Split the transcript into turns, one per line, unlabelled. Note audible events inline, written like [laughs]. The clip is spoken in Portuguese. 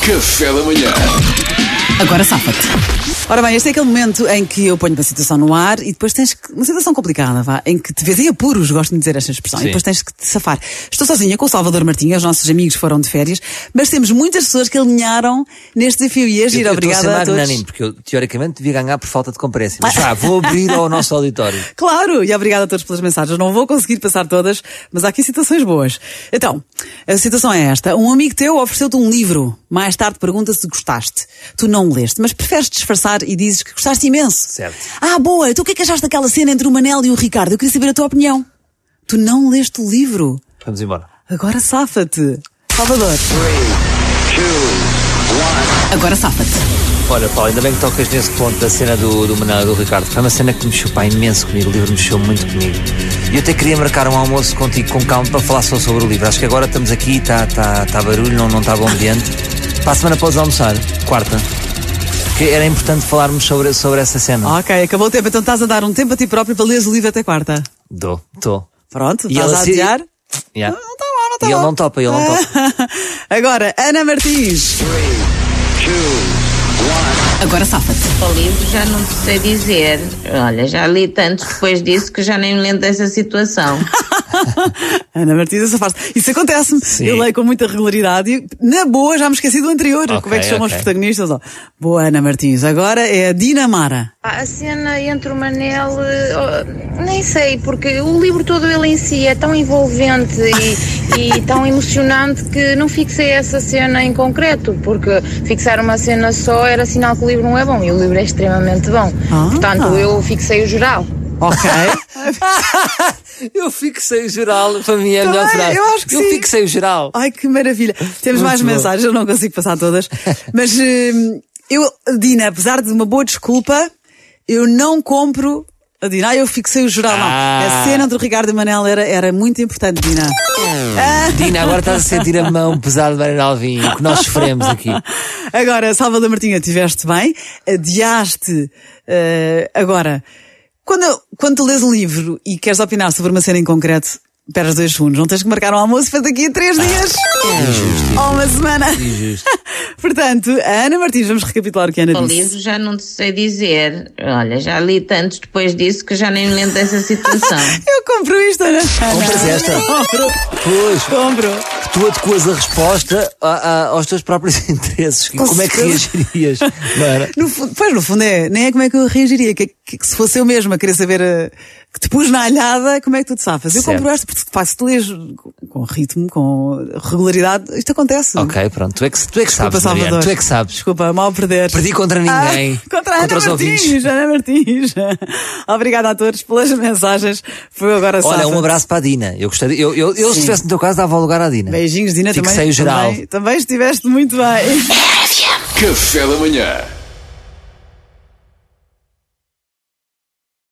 Café da manhã.
Agora safa-te. Ora bem, este é aquele momento em que eu ponho uma situação no ar e depois tens que, uma situação complicada, vá, em que te vês em apuros, gosto de dizer esta expressão, e depois tens que te safar. Estou sozinha com o Salvador Martinha, os nossos amigos foram de férias, mas temos muitas pessoas que alinharam neste desafio e agir.
eu, eu estou a
Obrigada
ser
a todos.
magnânimo, porque eu teoricamente devia ganhar por falta de comparência. Mas vá, vou abrir ao nosso auditório.
Claro, e obrigada a todos pelas mensagens. Não vou conseguir passar todas, mas há aqui situações boas. Então, a situação é esta. Um amigo teu ofereceu-te um livro. Mais tarde pergunta se gostaste. Tu não o leste, mas preferes disfarçar e dizes que gostaste imenso.
Certo.
Ah, boa. Então o que é que achaste daquela cena entre o Manel e o Ricardo? Eu queria saber a tua opinião. Tu não leste o livro.
Vamos embora.
Agora safa-te. Salvador. Agora safa-te.
Olha, Paulo, ainda bem que tocas nesse ponto da cena do, do Manuel e do Ricardo. Foi uma cena que mexeu pá, imenso comigo, o livro mexeu muito comigo. E eu até queria marcar um almoço contigo com calma para falar só sobre o livro. Acho que agora estamos aqui, está tá, tá barulho, não não está bom ambiente. Para a semana podes almoçar, quarta. Porque era importante falarmos sobre, sobre essa cena.
Ok, acabou o tempo. Então estás a dar um tempo a ti próprio para leres o livro até quarta.
Dou, estou.
Pronto, estás a
se-
adiar?
Yeah.
Não está mal, não está
E ele
mal.
não topa, ele não topa.
[laughs] Agora, Ana Martins. Agora safa-te.
O livro já não te sei dizer. Olha, já li tantos depois disso que já nem me lembro dessa situação.
[laughs] Ana Martins, safa Isso acontece-me. Eu leio com muita regularidade e, na boa, já me esqueci do anterior.
Ok,
Como é que chamam os
ok.
protagonistas? ó. Boa, Ana Martins. Agora é a Dinamara.
Ah, A cena entre o Manel, eh, oh, nem sei, porque o livro todo ele em si é tão envolvente e, e tão emocionante que não fixei essa cena em concreto, porque fixar uma cena só era sinal que o livro não é bom e o livro é extremamente bom.
Ah.
Portanto, eu fixei o geral.
[laughs] Ok.
[laughs] Eu fixei o geral, para mim é a melhor
Também,
frase.
eu acho que
eu
sim.
fixei o geral.
Ai, que maravilha. Temos mais
boa.
mensagens, eu não consigo passar
[laughs]
todas. Mas hum, eu, Dina, apesar de uma boa desculpa, eu não compro a Dina. Ah, eu fixei o geral. Não.
Ah.
A cena do Ricardo Manel era, era muito importante, Dina.
Dina, agora estás a sentir a mão pesada de Mariana Alvim, o que nós sofremos aqui.
[laughs] Agora, Salvador Martinha, tiveste bem, adiaste. eh, agora, quando, quando tu lês um livro e queres opinar sobre uma cena em concreto, esperas dois segundos, não tens que marcar um almoço para daqui a três dias ou uma semana.
Injusto.
[laughs] Portanto, a Ana Martins, vamos recapitular o que a
O
Ana disse.
livro já não te sei dizer. Olha, já li tantos depois disso que já nem me lembro dessa situação.
[laughs] Eu compro isto, Ana.
Compras esta?
Compro,
Pois,
[laughs] compro.
tu adequas a resposta a- a- aos teus próprios [laughs] interesses. E
Com
Como é que
certeza.
reagirias? Não era?
No fu- pois, no fundo, é, nem é como é que eu reagiria. Que, que- que se fosse eu mesma, queria saber eh, que te pus na alhada, como é que tu te safas? Eu
Certo.
compro esta, porque pá, se tu lês com- com ritmo, com regularidade, isto acontece.
ok, pronto, tu é que, tu é que
Desculpa,
sabes, Mariana,
Salvador.
tu é que sabes.
Desculpa, mal perder.
Perdi contra ninguém.
Ah, [laughs] contra a Ana
Contra os
Martins.
ouvintes.
Ana Martins. [laughs] Obrigada a todos pelas mensagens. Foi agora
Olha,
safa.
um abraço para a Dina. Eu gostaria, eu, eu, eu, se estivesse no teu caso, dava lugar à Dina.
Beijinhos, Dina.
Fixei
também,
o geral.
Também, também estiveste muito bem.
Café da manhã.